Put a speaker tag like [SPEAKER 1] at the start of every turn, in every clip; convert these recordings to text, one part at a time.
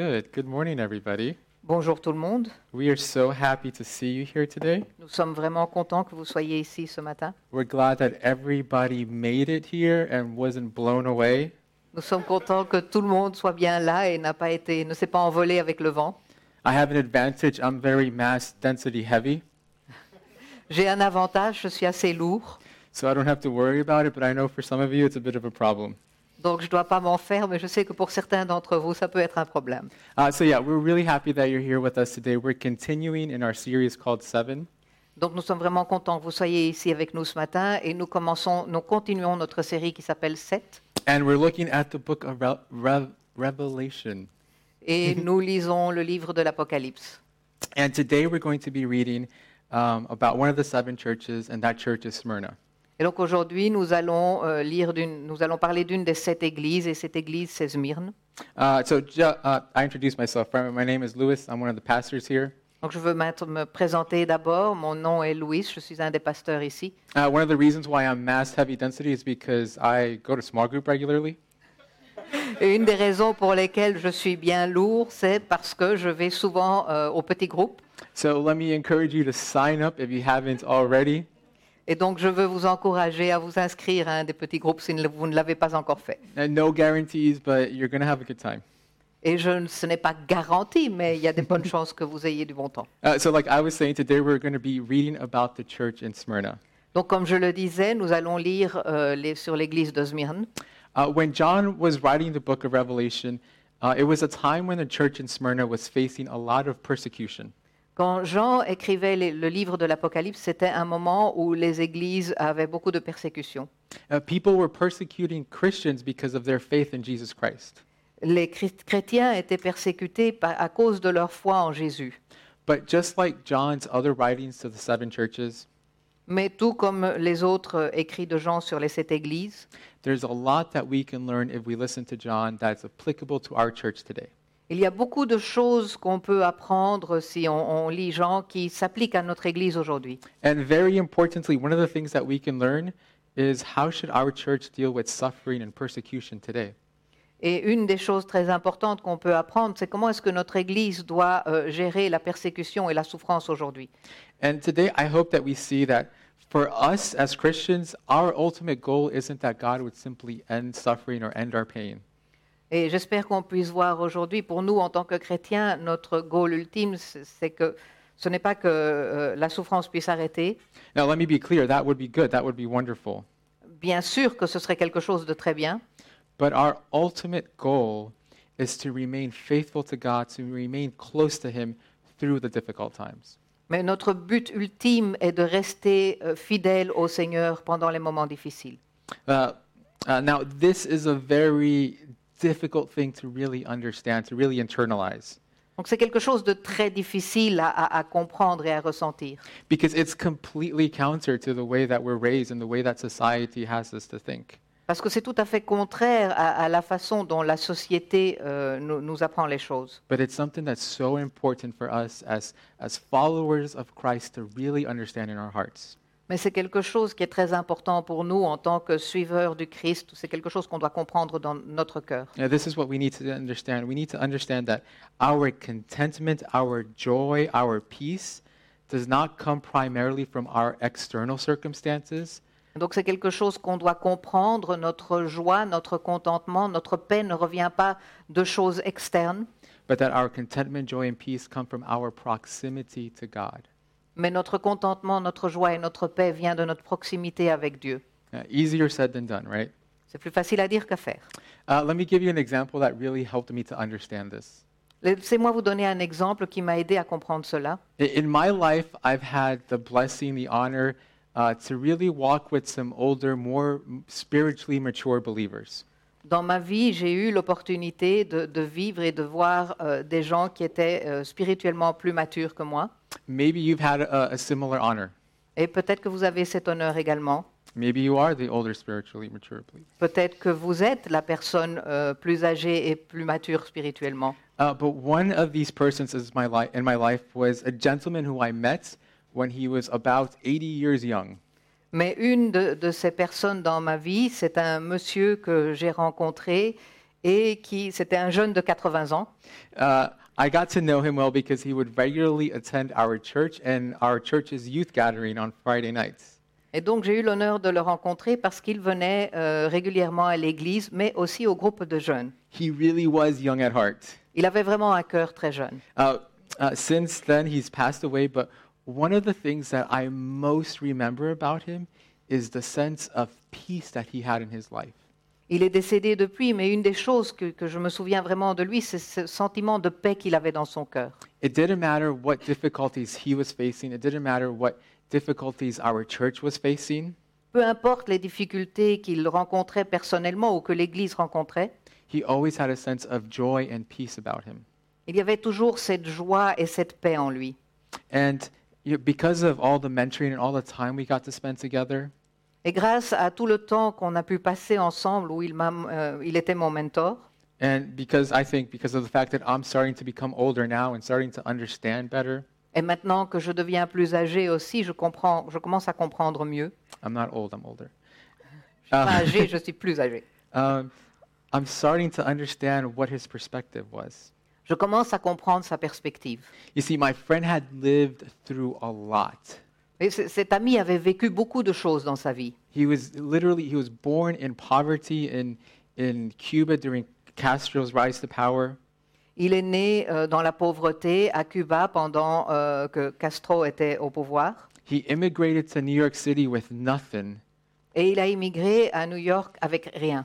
[SPEAKER 1] Good. Good morning, everybody.
[SPEAKER 2] Bonjour tout le monde.
[SPEAKER 1] We are so happy to see you here today.
[SPEAKER 2] Nous sommes vraiment contents que vous soyez ici ce matin.
[SPEAKER 1] We're glad that everybody made it here and wasn't blown away.
[SPEAKER 2] Nous sommes contents que tout le monde soit bien là et n'a pas été, ne s'est pas envolé avec le vent.
[SPEAKER 1] I have an advantage. I'm very mass density heavy,
[SPEAKER 2] J'ai un avantage, je suis assez lourd,
[SPEAKER 1] so I don't have to worry about it, but I know for some of you it's a bit of a problem.
[SPEAKER 2] donc je ne dois pas m'en faire, mais je sais que pour certains d'entre vous, ça peut être un problème.
[SPEAKER 1] Uh, so, yeah, we're really happy that you're here with us today. We're continuing in our series called Seven.
[SPEAKER 2] Donc nous sommes vraiment contents que vous soyez ici avec nous ce matin et nous commençons, nous continuons notre série qui s'appelle 7
[SPEAKER 1] And we're looking at the book of Re- Re- Revelation.
[SPEAKER 2] et nous lisons le livre de l'Apocalypse.
[SPEAKER 1] And today we're going to be reading um, about one of the seven churches, and that church is Smyrna.
[SPEAKER 2] Et donc aujourd'hui, nous allons euh, lire d'une- nous allons parler d'une des sept églises et cette église, c'est Smyrne.
[SPEAKER 1] Uh, so, ju- uh, I introduced myself. right? My name is Lewis. I'm one of the pastors here.
[SPEAKER 2] Donc, je veux m'int- me présenter d'abord. Mon nom est Louis, je suis un des pasteurs ici.
[SPEAKER 1] Uh, one of the reasons why I'm mass heavy density is because I go to small group regularly.
[SPEAKER 2] Et une des raisons pour lesquelles je suis bien lourd, c'est parce que je vais souvent euh, aux petits groupes.
[SPEAKER 1] So, let me encourage you to sign up if you haven't already.
[SPEAKER 2] Et donc, je veux vous encourager à vous inscrire à un des petits groupes si ne- vous ne l'avez pas encore fait.
[SPEAKER 1] And Uh, no guarantees, but you're going to have a good time.
[SPEAKER 2] Et je, ne- ce n'est pas garanti, mais il y a des bonnes chances que vous ayez du bon temps.
[SPEAKER 1] Uh, so, like I was saying, today we're going to be reading about the church in Smyrna.
[SPEAKER 2] Donc, comme je le disais, nous allons lire euh, les- sur l'église de Smyrne.
[SPEAKER 1] Uh, when John was writing the book of Revelation, uh, it was a time when the church in Smyrna was facing a lot of persecution.
[SPEAKER 2] Quand Jean écrivait les- le livre de l'Apocalypse, c'était un moment où les églises avaient beaucoup de persécutions.
[SPEAKER 1] Uh, people were persecuting Christians because of their faith in Jesus Christ.
[SPEAKER 2] les chré- chrétiens étaient persécutés par- à cause de leur foi en Jésus.
[SPEAKER 1] But just like John's other writings to the seven churches,
[SPEAKER 2] Mais tout comme les autres euh, écrits de Jean sur les sept églises,
[SPEAKER 1] there's a lot that we can learn if we listen to John that's applicable to our church today.
[SPEAKER 2] il y a beaucoup de choses qu'on peut apprendre si on, on lit Jean qui s'appliquent à notre église aujourd'hui.
[SPEAKER 1] And very importantly, one of the things that we can learn is how should our church deal with suffering and persecution today?
[SPEAKER 2] Et une des choses très importantes qu'on peut apprendre, c'est comment est-ce que notre église doit euh, gérer la persécution et la souffrance aujourd'hui.
[SPEAKER 1] And today, I hope that we see that for us as Christians, our ultimate goal isn't that God would simply end suffering or end our pain.
[SPEAKER 2] Et j'espère qu'on puisse voir aujourd'hui, pour nous en tant que chrétiens, notre goal ultime, c'est c'est que ce n'est pas que euh, la souffrance puisse s'arrêter,
[SPEAKER 1] Now, let me be clear that would be good, that would be wonderful.
[SPEAKER 2] Bien sûr que ce serait quelque chose de très bien,
[SPEAKER 1] But our ultimate goal is to remain faithful to God, to remain close to Him through the difficult times.
[SPEAKER 2] mais notre but ultime est de rester euh, fidèle au Seigneur pendant les moments difficiles.
[SPEAKER 1] Uh, uh, now, this is a very difficult thing to really understand, to really internalize,
[SPEAKER 2] Donc c'est quelque chose de très difficile à, à- à comprendre et à ressentir,
[SPEAKER 1] because it's completely counter to the way that we're raised and the way that society has us to think.
[SPEAKER 2] parce que c'est tout à fait contraire à, à la façon dont la société euh, nous, nous apprend les choses.
[SPEAKER 1] But it's something that's so important for us as, as followers of Christ to really understand in our hearts.
[SPEAKER 2] Mais c'est quelque chose qui est très important pour nous en tant que suiveurs du Christ, c'est quelque chose qu'on doit comprendre dans notre cœur.
[SPEAKER 1] Now, this is what we need to understand. We need to understand that our contentment, our joy, our peace does not come primarily from our external circumstances,
[SPEAKER 2] Donc c'est quelque chose qu'on doit comprendre, notre joie, notre contentement, notre paix ne revient pas de choses externes,
[SPEAKER 1] but that our contentment, joy, and peace come from our proximity to God.
[SPEAKER 2] mais notre contentement, notre joie et notre paix vient de notre proximité avec Dieu.
[SPEAKER 1] Uh, easier said than done, right?
[SPEAKER 2] C'est plus facile à dire qu'à faire.
[SPEAKER 1] Uh, let me give you an example that really helped me to understand this.
[SPEAKER 2] Laissez-moi vous donner un exemple qui m'a aidé à comprendre cela.
[SPEAKER 1] I- In my life, I've had the blessing, the honor uh, to really walk with some older, more m- spiritually mature believers.
[SPEAKER 2] Dans ma vie, j'ai eu l'opportunité de, de vivre et de voir euh, des gens qui étaient euh, spirituellement plus matures que moi.
[SPEAKER 1] Maybe you've had a, a similar honor.
[SPEAKER 2] Et peut-être que vous avez cet honneur également.
[SPEAKER 1] Maybe you are the older, spiritually mature believer.
[SPEAKER 2] Peut-être que vous êtes la personne euh, plus âgée et plus mature spirituellement.
[SPEAKER 1] Uh, but one of these persons is my li- in my life was a gentleman who I met when he was about 80 years young.
[SPEAKER 2] Mais une de, de ces personnes dans ma vie, c'est un monsieur que j'ai rencontré et qui c'était un jeune de 80 ans.
[SPEAKER 1] Uh, I got to know him well because he would regularly attend our church and our church's youth gathering on Friday nights.
[SPEAKER 2] Et donc j'ai eu l'honneur de le rencontrer parce qu'il venait euh, régulièrement à l'église, mais aussi au groupe de jeunes.
[SPEAKER 1] He really was young at heart.
[SPEAKER 2] Il avait vraiment un cœur très jeune.
[SPEAKER 1] Uh, uh, since then, he's passed away, but one of the things that I most remember about him is the sense of peace that he had in his life.
[SPEAKER 2] Il est décédé depuis, mais une des choses que, que je me souviens vraiment de lui, c'est ce sentiment de paix qu'il avait dans son cœur.
[SPEAKER 1] It didn't matter what difficulties he was facing, it didn't matter what difficulties our church was facing.
[SPEAKER 2] Peu importe les difficultés qu'il rencontrait personnellement ou que l'Église rencontrait,
[SPEAKER 1] He always had a sense of joy and peace about him.
[SPEAKER 2] il y avait toujours cette joie et cette paix en lui.
[SPEAKER 1] And you know, because of all the mentoring and all the time we got to spend together,
[SPEAKER 2] Et grâce à tout le temps qu'on a pu passer ensemble, où il, m'a- euh, il était mon mentor,
[SPEAKER 1] and because I think because of the fact that I'm starting to become older now and starting to understand better,
[SPEAKER 2] et maintenant que je deviens plus âgé aussi, je, comprends, je commence à comprendre mieux.
[SPEAKER 1] I'm not old, I'm older.
[SPEAKER 2] Pas
[SPEAKER 1] Uh,
[SPEAKER 2] âgé, je suis plus âgé.
[SPEAKER 1] um, I'm starting to understand what his perspective was.
[SPEAKER 2] Je commence à comprendre sa perspective.
[SPEAKER 1] You see, my friend had lived through a lot.
[SPEAKER 2] Et c- cet ami avait vécu beaucoup de choses dans sa vie.
[SPEAKER 1] He was literally he was born in poverty in in Cuba during Castro's rise to power.
[SPEAKER 2] Il est né euh, dans la pauvreté à Cuba pendant euh, que Castro était au pouvoir.
[SPEAKER 1] He immigrated to New York City with nothing.
[SPEAKER 2] Et il a immigré à New York avec rien.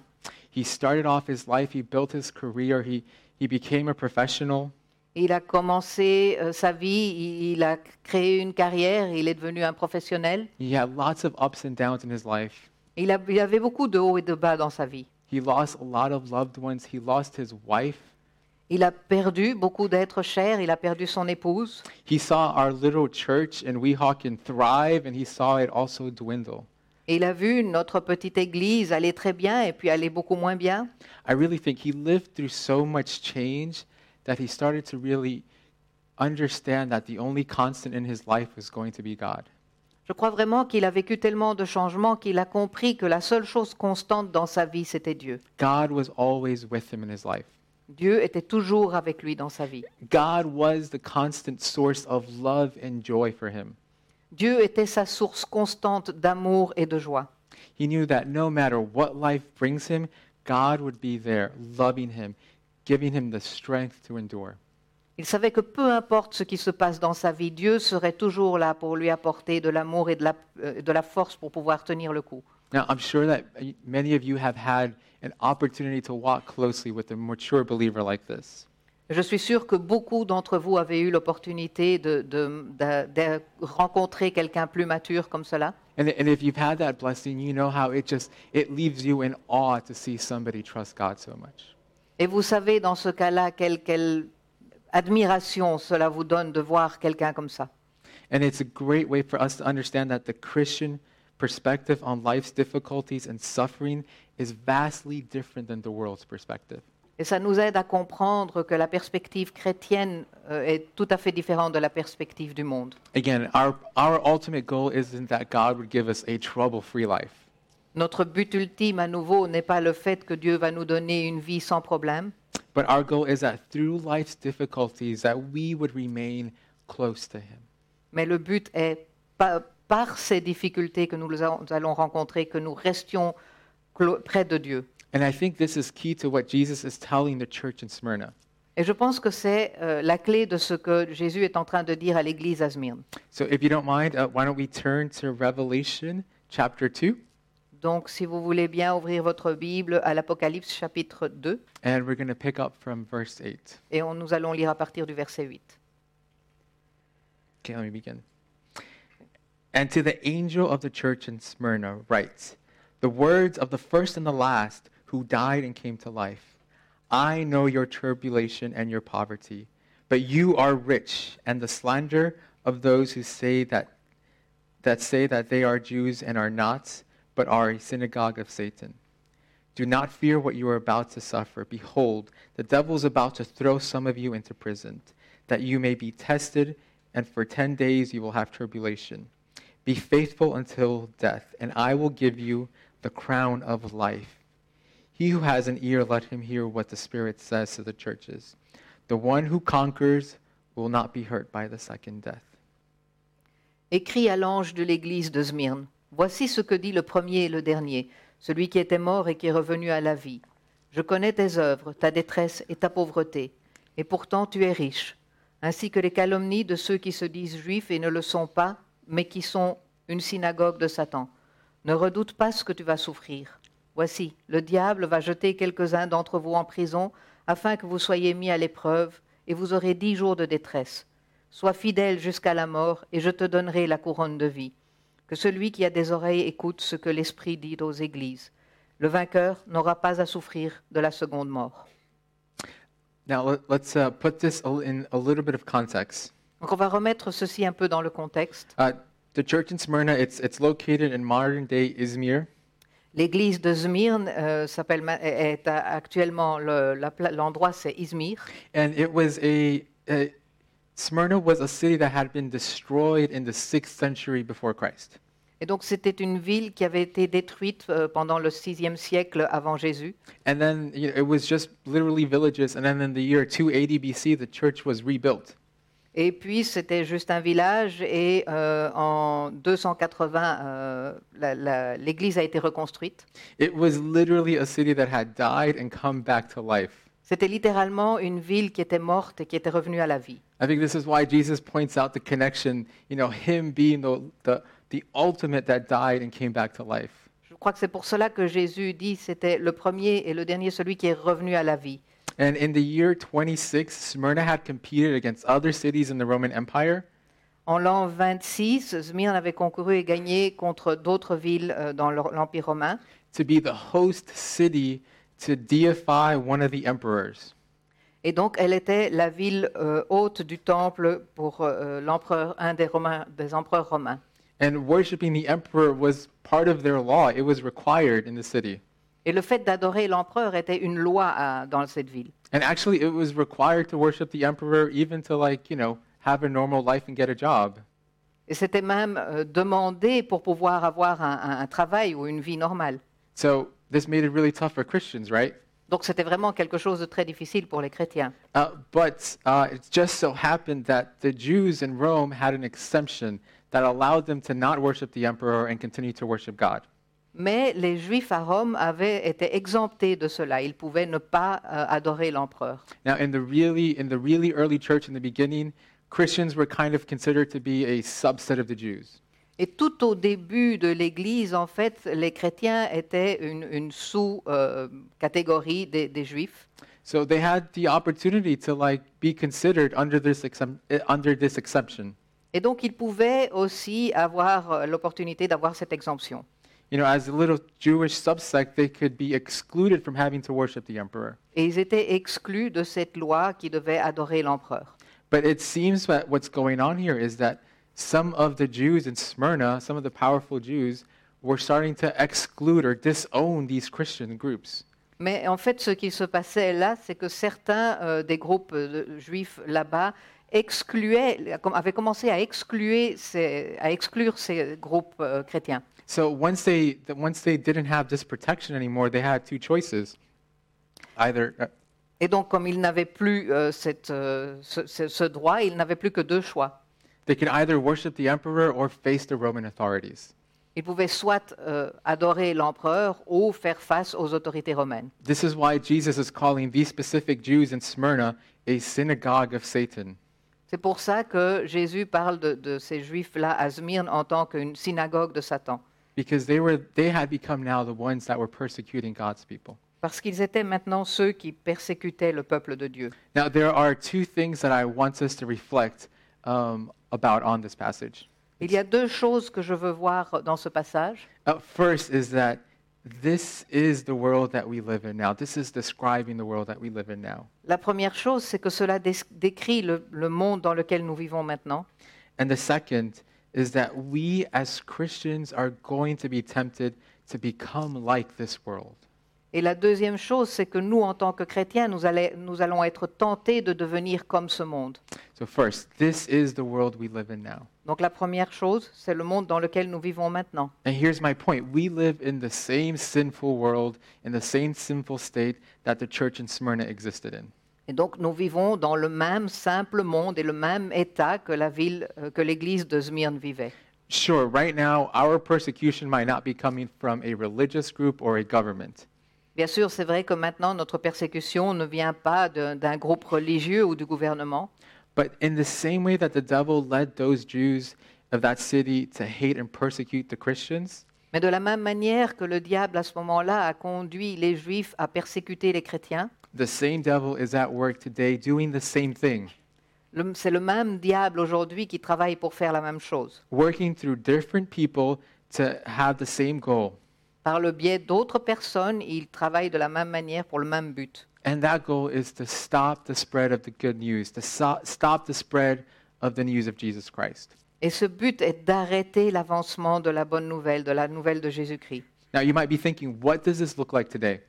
[SPEAKER 1] He started off his life, he built his career, he, he became a professional.
[SPEAKER 2] Il a commencé euh, sa vie, il, il a créé une carrière, il est devenu un professionnel.
[SPEAKER 1] He had lots of ups and downs in his life.
[SPEAKER 2] Il, a- il avait beaucoup de hauts et de bas dans sa vie.
[SPEAKER 1] He lost a lot of loved ones. He lost his wife.
[SPEAKER 2] Il a perdu beaucoup d'êtres chers, il a perdu son épouse.
[SPEAKER 1] He saw our little church in Weehawken thrive, and he saw it also dwindle.
[SPEAKER 2] Et il a vu notre petite église aller très bien et puis aller beaucoup moins bien.
[SPEAKER 1] I really think he lived through so much change that he started to really understand that the only constant in his life was going to be God.
[SPEAKER 2] Je crois vraiment qu'il a vécu tellement de changements qu'il a compris que la seule chose constante dans sa vie, c'était Dieu.
[SPEAKER 1] God was always with him in his life.
[SPEAKER 2] Dieu était toujours avec lui dans sa vie.
[SPEAKER 1] God was the constant source of love and joy for him.
[SPEAKER 2] Dieu était sa source constante d'amour et de joie.
[SPEAKER 1] He knew that no matter what life brings him, God would be there, loving him, giving him the strength to endure.
[SPEAKER 2] Il savait que peu importe ce qui se passe dans sa vie, Dieu serait toujours là pour lui apporter de l'amour et de la, euh, de la force pour pouvoir tenir le coup.
[SPEAKER 1] Now, I'm sure that uh, many of you have had an opportunity to walk closely with a mature believer like this.
[SPEAKER 2] Je suis sûre que beaucoup d'entre vous avaient eu l'opportunité de, de- de- de rencontrer quelqu'un plus mature comme cela.
[SPEAKER 1] And, and if you've had that blessing, you know how it just it leaves you in awe to see somebody trust God so much.
[SPEAKER 2] Et vous savez dans ce cas-là quelle, quelle admiration cela vous donne de voir quelqu'un comme ça.
[SPEAKER 1] And it's a great way for us to understand that the Christian perspective on life's difficulties and suffering is vastly different than the world's perspective.
[SPEAKER 2] Et ça nous aide à comprendre que la perspective chrétienne euh, est tout à fait différente de la perspective du monde.
[SPEAKER 1] Again, our, our ultimate goal isn't that God would give us a trouble free life.
[SPEAKER 2] Notre but ultime à nouveau n'est pas le fait que Dieu va nous donner une vie sans problème,
[SPEAKER 1] But our goal is that through life's difficulties that we would remain close to him.
[SPEAKER 2] mais le but est pa- par ces difficultés que nous les a- nous allons rencontrer que nous restions clo- près de Dieu.
[SPEAKER 1] And I think this is key to what Jesus is telling the church in Smyrna.
[SPEAKER 2] Et je pense que c'est euh, la clé de ce que Jésus est en train de dire à l'Église à Smyrne.
[SPEAKER 1] So if you don't mind, uh, why don't we turn to Revelation chapter 2
[SPEAKER 2] Donc, si vous voulez bien ouvrir votre Bible à l'Apocalypse chapitre 2,
[SPEAKER 1] and we're going to pick up from verse 8.
[SPEAKER 2] et on- nous allons lire à partir du verset 8.
[SPEAKER 1] Okay, let me begin. And to the angel of the church in Smyrna writes, The words of the first and the last who died and came to life. I know your tribulation and your poverty, but you are rich, and the slander of those who say that that say that they are Jews and are not, but are a synagogue of Satan. Do not fear what you are about to suffer. Behold, the devil is about to throw some of you into prison, that you may be tested, and for ten days you will have tribulation. Be faithful until death, and I will give you the crown of life. He who has an ear, let him hear what the Spirit says to the churches. The one who conquers will not be hurt by the second death.
[SPEAKER 2] Écris à l'ange de l'église de Smyrne. Voici ce que dit le premier et le dernier, celui qui était mort et qui est revenu à la vie. Je connais tes œuvres, ta détresse et ta pauvreté, et pourtant tu es riche, ainsi que les calomnies de ceux qui se disent juifs et ne le sont pas, mais qui sont une synagogue de Satan. Ne redoute pas ce que tu vas souffrir. Voici, le diable va jeter quelques-uns d'entre vous en prison, afin que vous soyez mis à l'épreuve, et vous aurez dix jours de détresse. Sois fidèle jusqu'à la mort, et je te donnerai la couronne de vie. Que celui qui a des oreilles écoute ce que l'Esprit dit aux églises. Le vainqueur n'aura pas à souffrir de la seconde mort.
[SPEAKER 1] Now, let, let's uh, put this a- in a little bit of context.
[SPEAKER 2] Donc on va remettre ceci un peu dans le contexte.
[SPEAKER 1] Uh, the church in Smyrna, it's, it's located in modern day Izmir.
[SPEAKER 2] L'église de Smyrne euh, s'appelle ma- est à- actuellement le- la pla- l'endroit c'est Izmir
[SPEAKER 1] And it was a, a, Smyrna was a city that had been destroyed in the 6th century before Christ.
[SPEAKER 2] et donc c'était une ville qui avait été détruite euh, pendant le VIe siècle avant Jésus
[SPEAKER 1] And then you know, it was just literally villages. And then in the year 280 BC, the church was rebuilt.
[SPEAKER 2] et puis c'était juste un village et euh, en 280 euh, la- la- l'église a été reconstruite.
[SPEAKER 1] It was literally a city that had died and come back to life.
[SPEAKER 2] C'était littéralement une ville qui était morte et qui était revenue à la vie.
[SPEAKER 1] I think this is why Jesus points out the connection, you know, him being the, the, the ultimate that died and came back to life.
[SPEAKER 2] Je crois que c'est pour cela que Jésus dit c'était le premier et le dernier celui qui est revenu à la vie.
[SPEAKER 1] And in the year 26, Smyrna had competed against other cities in the Roman Empire.
[SPEAKER 2] En l'an 26, Smyrne avait concouru et gagné contre d'autres villes euh, dans l'Or- l'Empire romain
[SPEAKER 1] to be the host city to deify one of the emperors.
[SPEAKER 2] et donc elle était la ville euh, hôte du temple pour euh, l'empereur un des romains des empereurs romains.
[SPEAKER 1] And worshiping the emperor was part of their law, it was required in the city.
[SPEAKER 2] Et le fait d'adorer l'empereur était une loi à- dans cette ville.
[SPEAKER 1] And actually, it was required to worship the emperor even to, like, you know, have a normal life and get a job.
[SPEAKER 2] Et c'était même euh, demandé pour pouvoir avoir un- un- un travail ou une vie normale.
[SPEAKER 1] So this made it really tough for Christians, right?
[SPEAKER 2] Donc c'était vraiment quelque chose de très difficile pour les chrétiens.
[SPEAKER 1] Uh, but uh, it just so happened that the Jews in Rome had an exemption that allowed them to not worship the emperor and continue to worship God.
[SPEAKER 2] Mais les Juifs à Rome avaient été exemptés de cela. Ils pouvaient ne pas euh, adorer l'empereur.
[SPEAKER 1] Now, in the really in the really early church in the beginning, Christians were kind of considered to be a subset of the Jews.
[SPEAKER 2] Et tout au début de l'Église, en fait, les chrétiens étaient une, une sous-catégorie des, des Juifs.
[SPEAKER 1] So they had the opportunity to like be considered under this excep- eh, under this exception.
[SPEAKER 2] Et donc, ils pouvaient aussi avoir euh, l'opportunité d'avoir cette exemption.
[SPEAKER 1] You know, as a little Jewish subsect, they could be excluded from having to worship the emperor.
[SPEAKER 2] Et ils étaient exclus de cette loi qui devait adorer l'empereur.
[SPEAKER 1] But it seems that what's going on here is that some of the Jews in Smyrna, some of the powerful Jews, were starting to exclude or disown these Christian groups.
[SPEAKER 2] Mais en fait, ce qui se passait là, c'est que certains euh, des groupes euh, juifs là-bas excluaient, com- avaient commencé à, excluer ces- à exclure ces groupes euh, chrétiens.
[SPEAKER 1] So once they th- once they didn't have this protection anymore, they had two choices. Either uh,
[SPEAKER 2] Et donc, comme ils n'avaient plus euh, cette, euh, ce, ce- ce droit, ils n'avaient plus que deux choix.
[SPEAKER 1] they could either worship the emperor or face the Roman authorities.
[SPEAKER 2] Ils pouvaient soit euh, adorer l'empereur ou faire face aux autorités romaines.
[SPEAKER 1] This is why Jesus is calling these specific Jews in Smyrna a synagogue of Satan.
[SPEAKER 2] C'est pour ça que Jésus parle de, de ces juifs-là à Smyrne en tant qu'une synagogue de Satan,
[SPEAKER 1] Because they were they had become now the ones that were persecuting God's people.
[SPEAKER 2] parce qu'ils étaient maintenant ceux qui persécutaient le peuple de Dieu.
[SPEAKER 1] Now there are two things that I want us to reflect um, about on this passage.
[SPEAKER 2] Il y a deux choses que je veux voir dans ce passage.
[SPEAKER 1] Uh, first is that this is the world that we live in now. This is describing the world that we live in now.
[SPEAKER 2] La première chose, c'est que cela dé- décrit le, le monde dans lequel nous vivons maintenant.
[SPEAKER 1] And the second is that we as Christians are going to be tempted to become like this world.
[SPEAKER 2] Et la deuxième chose, c'est que nous, en tant que chrétiens, nous, allais- nous allons être tentés de devenir comme ce monde.
[SPEAKER 1] So, first, this is the world we live in now.
[SPEAKER 2] Donc la première chose, c'est le monde dans lequel nous vivons maintenant.
[SPEAKER 1] And here's my point we live in the same sinful world, in the same sinful state that the church in Smyrna existed in.
[SPEAKER 2] Et donc nous vivons dans le même simple monde et le même état que la ville, euh, que l'église de Smyrne vivait.
[SPEAKER 1] Sure, right now, our persecution might not be coming from a religious group or a government.
[SPEAKER 2] Bien sûr, c'est vrai que maintenant notre persécution ne vient pas de- d'un groupe religieux ou du gouvernement,
[SPEAKER 1] But in the same way that the devil led those Jews of that city to hate and persecute the Christians,
[SPEAKER 2] mais de la même manière que le diable à ce moment-là a conduit les Juifs à persécuter les chrétiens,
[SPEAKER 1] the same devil is at work today doing the same thing,
[SPEAKER 2] le- c'est le même diable aujourd'hui qui travaille pour faire la même chose,
[SPEAKER 1] working through different people to have the same goal.
[SPEAKER 2] par le biais d'autres personnes, il travaille de la même manière pour le même but.
[SPEAKER 1] And that goal is to stop the spread of the good news, to so- stop the spread of the news of Jesus Christ.
[SPEAKER 2] Et ce but est d'arrêter l'avancement de la bonne nouvelle, de la nouvelle de Jésus-Christ.
[SPEAKER 1] Now, you might be thinking, what does this look like today?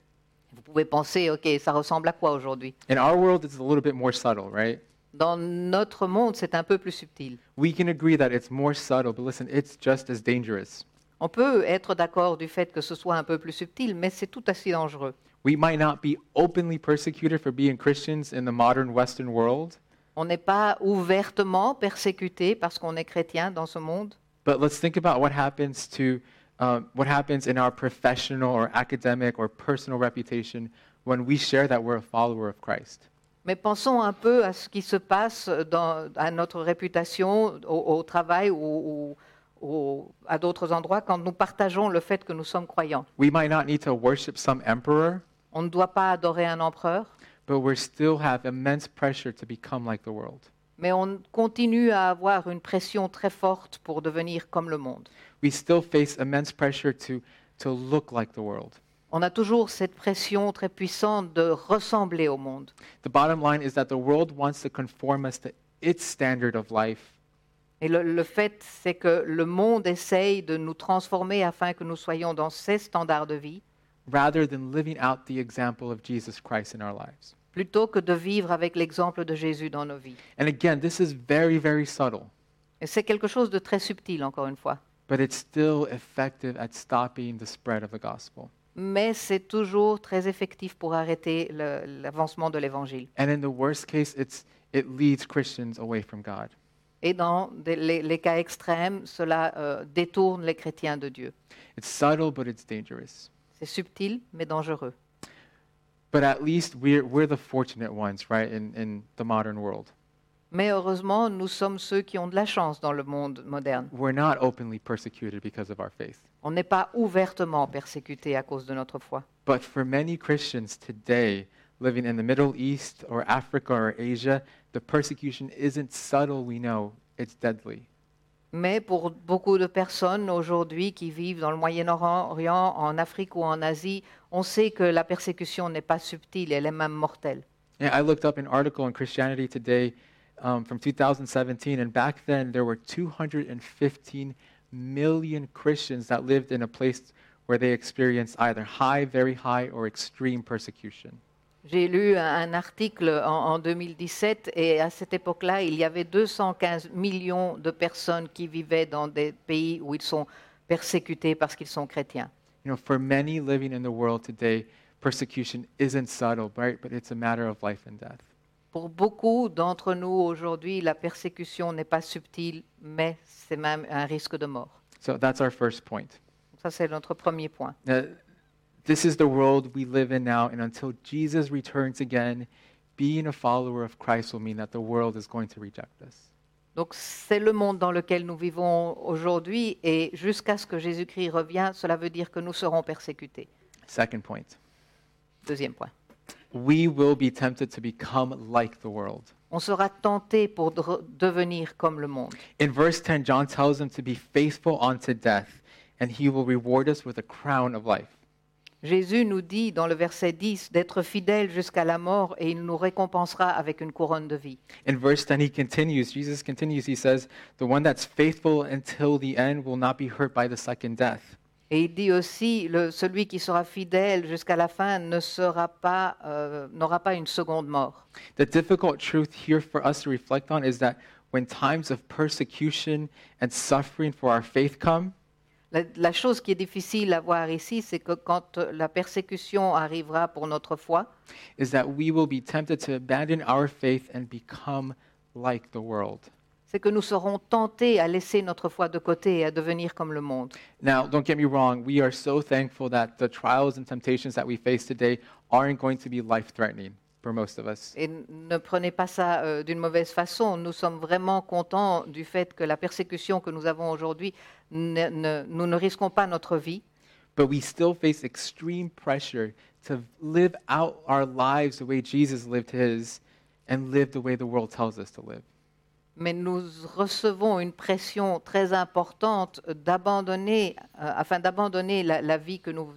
[SPEAKER 2] Vous pouvez penser, OK, ça ressemble à quoi aujourd'hui
[SPEAKER 1] In our world, it's a little bit more subtle, right?
[SPEAKER 2] Dans notre monde, c'est un peu plus subtil.
[SPEAKER 1] We can agree that it's more subtle, but listen, it's just as dangerous.
[SPEAKER 2] On peut être d'accord du fait que ce soit un peu plus subtil, mais c'est tout aussi dangereux.
[SPEAKER 1] We might not be openly persecuted for being Christians in the modern Western world,
[SPEAKER 2] On n'est pas ouvertement persécuté parce qu'on est chrétien dans ce monde,
[SPEAKER 1] but let's think about what happens to um, what happens in our professional or academic or personal reputation when we share that we're a follower of Christ.
[SPEAKER 2] mais pensons un peu à ce qui se passe dans- à notre réputation, au, au travail ou, ou- ou à d'autres endroits quand nous partageons le fait que nous sommes croyants.
[SPEAKER 1] We might not need to worship some emperor,
[SPEAKER 2] On ne doit pas adorer un empereur,
[SPEAKER 1] but we still have immense pressure to become like the world.
[SPEAKER 2] mais on continue à avoir une pression très forte pour devenir comme le monde.
[SPEAKER 1] We still face immense pressure to to look like the world.
[SPEAKER 2] On a toujours cette pression très puissante de ressembler au monde.
[SPEAKER 1] The bottom line is that the world wants to conform us to its standard of life
[SPEAKER 2] Et le, le fait, c'est que le monde essaye de nous transformer afin que nous soyons dans ses standards de vie,
[SPEAKER 1] rather than living out the example of Jesus Christ in our lives.
[SPEAKER 2] plutôt que de vivre avec l'exemple de Jésus dans nos vies.
[SPEAKER 1] And again, this is very, very subtle,
[SPEAKER 2] Et c'est quelque chose de très subtil, encore une fois.
[SPEAKER 1] but it's still effective at stopping the spread of the gospel.
[SPEAKER 2] Mais c'est toujours très effectif pour arrêter le- l'avancement de l'Évangile.
[SPEAKER 1] And in the worst case, it's, it leads Christians away from God.
[SPEAKER 2] Et dans des- les, les cas extrêmes, cela euh, détourne les chrétiens de Dieu.
[SPEAKER 1] It's subtle, but it's dangerous.
[SPEAKER 2] C'est subtil, mais dangereux.
[SPEAKER 1] But at least we're, we're the fortunate ones, right, in, in the modern world.
[SPEAKER 2] Mais heureusement, nous sommes ceux qui ont de la chance dans le monde moderne.
[SPEAKER 1] We're not openly persecuted because of our faith.
[SPEAKER 2] On n'est pas ouvertement persécutés à cause de notre foi.
[SPEAKER 1] But for many Christians today, living in the Middle East or Africa or Asia, the persecution isn't subtle, we know, it's deadly.
[SPEAKER 2] Mais pour beaucoup de personnes aujourd'hui qui vivent dans le Moyen-Orient, en Afrique ou en Asie, on sait que la persécution n'est pas subtile, elle est même mortelle.
[SPEAKER 1] Yeah, I looked up an article on Christianity Today um, from 2017, and back then there were 215 million Christians that lived in a place where they experienced either high, very high, or extreme persecution.
[SPEAKER 2] J'ai lu un- un article en, en 2017 et à cette époque-là, il y avait 215 millions de personnes qui vivaient dans des pays où ils sont persécutés parce qu'ils sont chrétiens.
[SPEAKER 1] You know, for many living in the world today, persecution isn't subtle, right? But it's a matter of life and death.
[SPEAKER 2] Pour beaucoup d'entre nous aujourd'hui, la persécution n'est pas subtile, mais c'est même un risque de mort.
[SPEAKER 1] So that's our first point.
[SPEAKER 2] Ça, c'est notre premier point.
[SPEAKER 1] Now, this is the world we live in now, and until Jesus returns again, being a follower of Christ will mean that the world is going to reject us.
[SPEAKER 2] Donc c'est le monde dans lequel nous vivons aujourd'hui et jusqu'à ce que Jésus-Christ revienne, cela veut dire que nous serons persécutés.
[SPEAKER 1] Second point
[SPEAKER 2] Deuxième point.
[SPEAKER 1] we will be tempted to become like the world.
[SPEAKER 2] On sera tenté pour dre- devenir comme le monde.
[SPEAKER 1] In verse 10, John tells them to be faithful unto death, and he will reward us with a crown of life.
[SPEAKER 2] Jésus nous dit dans le verset 10 d'être fidèles jusqu'à la mort et il nous récompensera avec une couronne de vie.
[SPEAKER 1] In verse 10, he continues, Jesus continues, he says, The one that's faithful until the end will not be hurt by the second death.
[SPEAKER 2] Et il dit aussi, le- celui qui sera fidèle jusqu'à la fin ne sera pas, euh, n'aura pas une seconde mort.
[SPEAKER 1] The difficult truth here for us to reflect on is that when times of persecution and suffering for our faith come,
[SPEAKER 2] La, la chose qui est difficile à voir ici, c'est que quand la persécution arrivera pour notre foi,
[SPEAKER 1] is that we will be tempted to abandon our faith and become like the world.
[SPEAKER 2] c'est que nous serons tentés à laisser notre foi de côté et à devenir comme le monde.
[SPEAKER 1] Now, don't get me wrong, we are so thankful that the trials and temptations that we face today aren't going to be life threatening for most of us.
[SPEAKER 2] Et n- ne prenez pas ça euh, d'une mauvaise façon. Nous sommes vraiment contents du fait que la persécution que nous avons aujourd'hui, ne- ne- nous ne risquons pas notre vie,
[SPEAKER 1] But we still face extreme pressure to live out our lives the way Jesus lived his and live the way the world tells us to live.
[SPEAKER 2] mais nous recevons une pression très importante d'abandonner, euh, afin d'abandonner la, la vie que nous,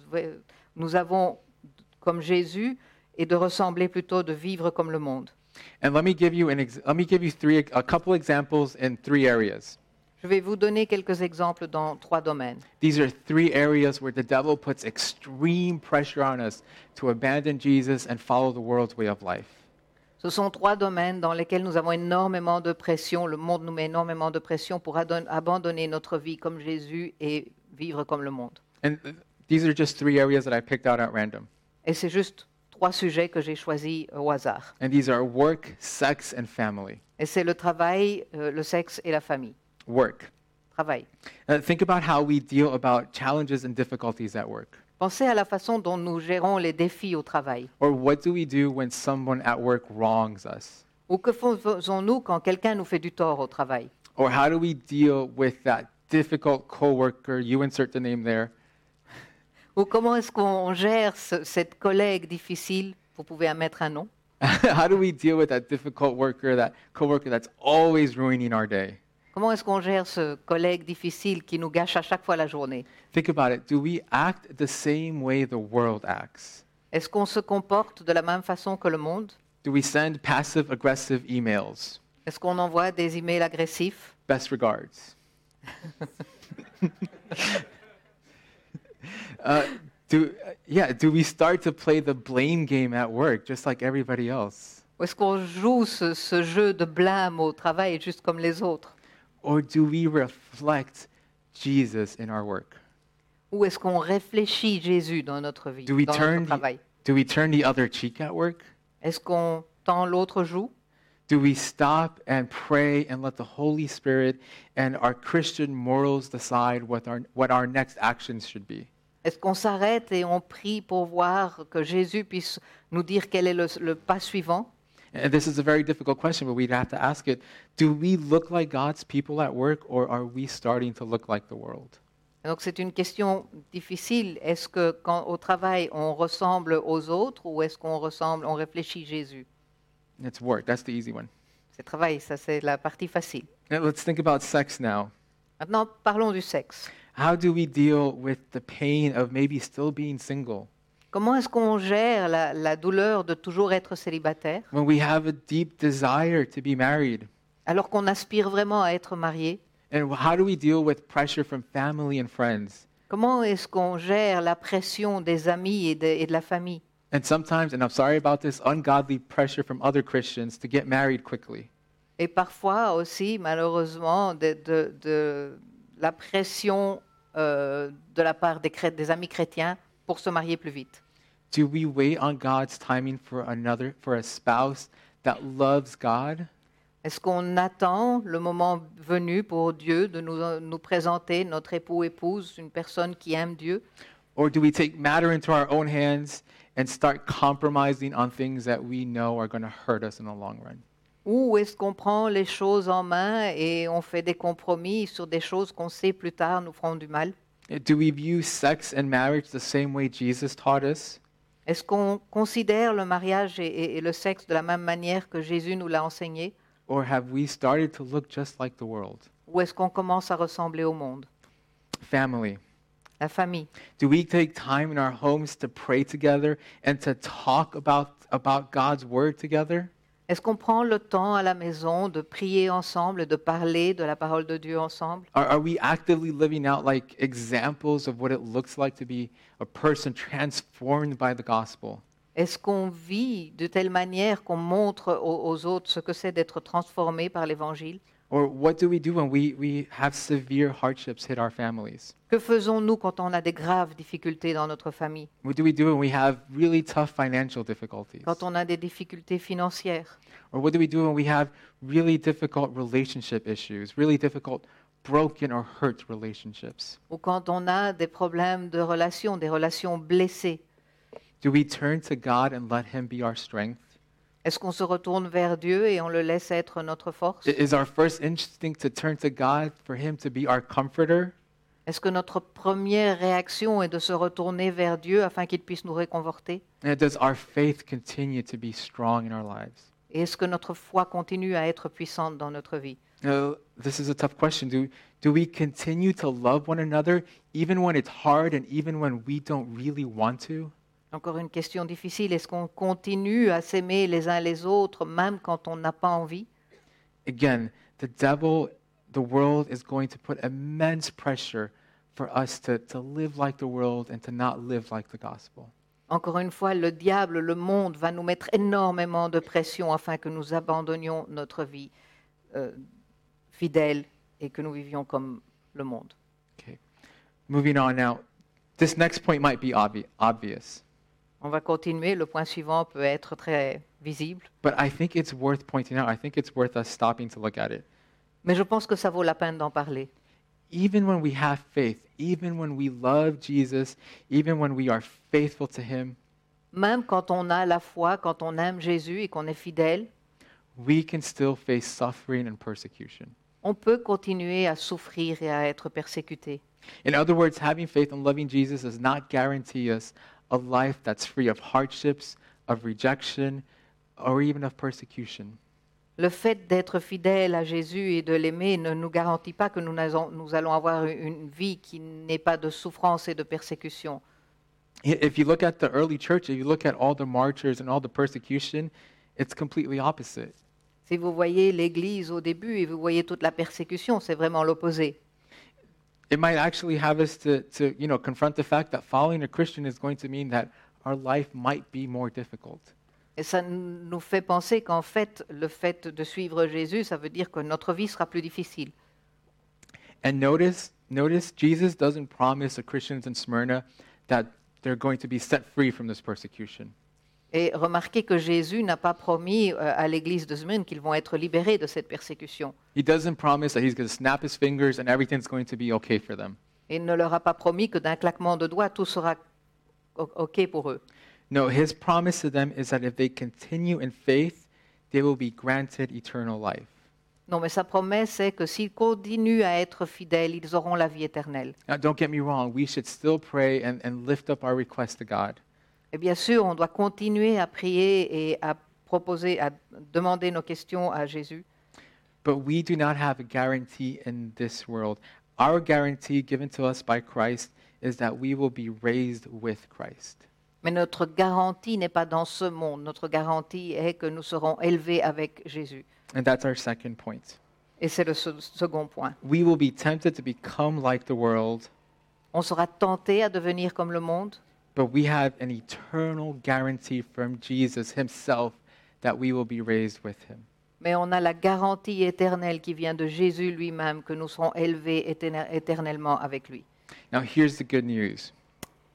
[SPEAKER 2] nous avons comme Jésus et de ressembler plutôt, de vivre comme le monde.
[SPEAKER 1] And let me give you an ex- let me give you three a couple examples in three areas.
[SPEAKER 2] Je vais vous donner quelques exemples dans trois domaines.
[SPEAKER 1] These are three areas where the devil puts extreme pressure on us to abandon Jesus and follow the world's way of life.
[SPEAKER 2] Ce sont trois domaines dans lesquels nous avons énormément de pression. Le monde nous met énormément de pression pour adon- abandonner notre vie comme Jésus et vivre comme le monde.
[SPEAKER 1] And th- these are just three areas that I picked out at random.
[SPEAKER 2] Et c'est juste trois sujets que j'ai choisis euh, au hasard.
[SPEAKER 1] And these are work, sex, and family.
[SPEAKER 2] Et c'est le travail, euh, le sexe et la famille.
[SPEAKER 1] Work.
[SPEAKER 2] Travail.
[SPEAKER 1] Uh, think about how we deal about challenges and difficulties at work.
[SPEAKER 2] Pensez à la façon dont nous gérons les défis au travail.
[SPEAKER 1] Or what do we do when someone at work wrongs us?
[SPEAKER 2] Ou que faisons-nous quand quelqu'un nous fait du tort au travail
[SPEAKER 1] Or how do we deal with that difficult coworker, you insert the name there,
[SPEAKER 2] Ou comment est-ce qu'on gère ce- cette collègue difficile Vous pouvez en mettre un nom.
[SPEAKER 1] how do we deal with that difficult worker, that coworker that's always ruining our day?
[SPEAKER 2] Comment est-ce qu'on gère ce collègue difficile qui nous gâche à chaque fois la journée
[SPEAKER 1] Think about it. Do we act the same way the world acts?
[SPEAKER 2] Est-ce qu'on se comporte de la même façon que le monde
[SPEAKER 1] Do we send passive aggressive emails?
[SPEAKER 2] Est-ce qu'on envoie des emails agressifs
[SPEAKER 1] Best regards. Uh, do, yeah, do we start to play the blame game at work just like everybody else?
[SPEAKER 2] Ou est-ce qu'on joue ce, ce jeu de blâme au travail juste comme les autres
[SPEAKER 1] Or do we reflect Jesus in our work?
[SPEAKER 2] Ou est-ce qu'on réfléchit Jésus dans notre vie,
[SPEAKER 1] Do we,
[SPEAKER 2] dans
[SPEAKER 1] turn
[SPEAKER 2] notre
[SPEAKER 1] the,
[SPEAKER 2] travail
[SPEAKER 1] do we turn the other cheek at work?
[SPEAKER 2] Est-ce qu'on tend l'autre joue
[SPEAKER 1] Do we stop and pray and let the Holy Spirit and our Christian morals decide what our, what our next actions should be?
[SPEAKER 2] Est-ce qu'on s'arrête et on prie pour voir que Jésus puisse nous dire quel est le, le pas suivant
[SPEAKER 1] And this is a very difficult question, but we'd have to ask it. Do we look like God's people at work, or are we starting to look like the world?
[SPEAKER 2] Donc c'est une question difficile. Est-ce que quand au travail on ressemble aux autres ou est-ce qu'on ressemble, on réfléchit Jésus
[SPEAKER 1] And It's work. That's the easy one.
[SPEAKER 2] C'est travail, ça c'est la partie facile.
[SPEAKER 1] Now, let's think about sex now.
[SPEAKER 2] Maintenant, parlons du sexe.
[SPEAKER 1] How do we deal with the pain of maybe still being single
[SPEAKER 2] Comment est-ce qu'on gère la, la douleur de toujours être célibataire
[SPEAKER 1] when we have a deep desire to be married?
[SPEAKER 2] alors qu'on aspire vraiment à être marié
[SPEAKER 1] And how do we deal with pressure from family and friends?
[SPEAKER 2] Comment est-ce qu'on gère la pression des amis et de, et de la famille
[SPEAKER 1] And sometimes, and I'm sorry about this, ungodly pressure from other Christians to get married quickly.
[SPEAKER 2] Et parfois aussi, malheureusement, de, de- de la pression euh, de la part des, chré- des amis chrétiens pour se marier plus vite.
[SPEAKER 1] Do we wait on God's timing for another, for a spouse that loves God?
[SPEAKER 2] Est-ce qu'on attend le moment venu pour Dieu de nous, nous présenter notre époux-épouse, une personne qui aime Dieu
[SPEAKER 1] Or do we take matter into our own hands and start compromising on things that we know are going to hurt us in the long run?
[SPEAKER 2] Ou est-ce qu'on prend les choses en main et on fait des compromis sur des choses qu'on sait plus tard nous feront du mal
[SPEAKER 1] Do we view sex and marriage the same way Jesus taught us?
[SPEAKER 2] Est-ce qu'on considère le mariage et, et- et le sexe de la même manière que Jésus nous l'a enseigné
[SPEAKER 1] Or have we started to look just like the world?
[SPEAKER 2] Ou est-ce qu'on commence à ressembler au monde
[SPEAKER 1] Family,
[SPEAKER 2] La famille.
[SPEAKER 1] do we take time in our homes to pray together and to talk about, about God's word together?
[SPEAKER 2] Est-ce qu'on prend le temps à la maison de prier ensemble, de parler de la parole de Dieu ensemble
[SPEAKER 1] Are, are we actively living out like examples of what it looks like to be a person transformed by the gospel?
[SPEAKER 2] Est-ce qu'on vit de telle manière qu'on montre aux, aux autres ce que c'est d'être transformé par l'Évangile
[SPEAKER 1] Or what do we do when we, we have severe hardships hit our families?
[SPEAKER 2] Que faisons-nous quand on a des graves difficultés dans notre famille,
[SPEAKER 1] What do we do when we have really tough financial difficulties?
[SPEAKER 2] quand on a des difficultés financières
[SPEAKER 1] Or what do we do when we have really difficult relationship issues, really difficult broken or hurt relationships?
[SPEAKER 2] ou quand on a des problèmes de relations, des relations blessées
[SPEAKER 1] Do we turn to God and let Him be our strength?
[SPEAKER 2] Est-ce qu'on se retourne vers Dieu et on le laisse être notre force
[SPEAKER 1] I- Is our first instinct to turn to God for Him to be our comforter?
[SPEAKER 2] Est-ce que notre première réaction est de se retourner vers Dieu afin qu'il puisse nous réconforter
[SPEAKER 1] And does our faith continue to be strong in our lives?
[SPEAKER 2] Et est-ce que notre foi continue à être puissante dans notre vie
[SPEAKER 1] Now, this is a tough question. Do, do we continue to love one another even when it's hard and even when we don't really want to?
[SPEAKER 2] Encore une question difficile. Est-ce qu'on continue à s'aimer les uns les autres même quand on n'a pas envie
[SPEAKER 1] Again, the devil, the world is going to put immense pressure for us to, to live like the world and to not live like the gospel.
[SPEAKER 2] Encore une fois, le diable, le monde va nous mettre énormément de pression afin que nous abandonnions notre vie euh, fidèle et que nous vivions comme le monde.
[SPEAKER 1] Okay. Moving on now. This next point might be obvi- obvious,
[SPEAKER 2] On va continuer. Le point suivant peut être très visible,
[SPEAKER 1] but I think it's worth pointing out. I think it's worth us stopping to look at it.
[SPEAKER 2] mais je pense que ça vaut la peine d'en parler.
[SPEAKER 1] even when we have faith, even when we love Jesus, even when we are faithful to him,
[SPEAKER 2] Même quand on a la foi, quand on aime Jésus et qu'on est fidèle,
[SPEAKER 1] we can still face suffering and persecution.
[SPEAKER 2] on peut continuer à souffrir et à être persécuté.
[SPEAKER 1] In other words, having faith and loving Jesus does not guarantee us a life that's free of hardships, of rejection, or even of persecution.
[SPEAKER 2] Le fait d'être fidèle à Jésus et de l'aimer ne nous garantit pas que nous, n'allons- nous allons avoir une vie qui n'est pas de souffrance et de persécution.
[SPEAKER 1] I- If you look at the early church, if you look at all the martyrs and all the persecution, it's completely opposite.
[SPEAKER 2] Si vous voyez l'Église au début et vous voyez toute la persécution, c'est vraiment l'opposé.
[SPEAKER 1] it might actually have us to, to you know, confront the fact that following a Christian is going to mean that our life might be more difficult.
[SPEAKER 2] Et ça n- nous fait penser qu'en fait, le fait de suivre Jésus, ça veut dire que notre vie sera plus difficile.
[SPEAKER 1] And notice, notice Jesus doesn't promise the Christians in Smyrna that they're going to be set free from this persecution.
[SPEAKER 2] Et remarquez que Jésus n'a pas promis euh, à l'Église de Smyrne qu'ils vont être libérés de cette persécution.
[SPEAKER 1] He doesn't promise that he's going to snap his fingers and everything's going to be okay for them.
[SPEAKER 2] Et il ne leur a pas promis que d'un claquement de doigts, tout sera o- OK pour eux.
[SPEAKER 1] No, his promise to them is that if they continue in faith, they will be granted eternal life.
[SPEAKER 2] Non, mais sa promesse est que s'ils continuent à être fidèles, ils auront la vie éternelle.
[SPEAKER 1] Now, don't get me wrong, we should still pray and, and lift up our request to God.
[SPEAKER 2] Et bien sûr, on doit continuer à prier et à proposer, à demander nos questions à Jésus.
[SPEAKER 1] But we do not have a guarantee in this world. Our guarantee given to us by Christ is that we will be raised with Christ.
[SPEAKER 2] Mais notre garantie n'est pas dans ce monde. Notre garantie est que nous serons élevés avec Jésus.
[SPEAKER 1] And that's our second point.
[SPEAKER 2] Et c'est le se- second point.
[SPEAKER 1] We will be tempted to become like the world,
[SPEAKER 2] On sera tenté à devenir comme le monde,
[SPEAKER 1] but we have an eternal guarantee from Jesus himself that we will be raised with him.
[SPEAKER 2] mais on a la garantie éternelle qui vient de Jésus lui-même que nous serons élevés éterna- éternellement avec lui.
[SPEAKER 1] Now, here's the good news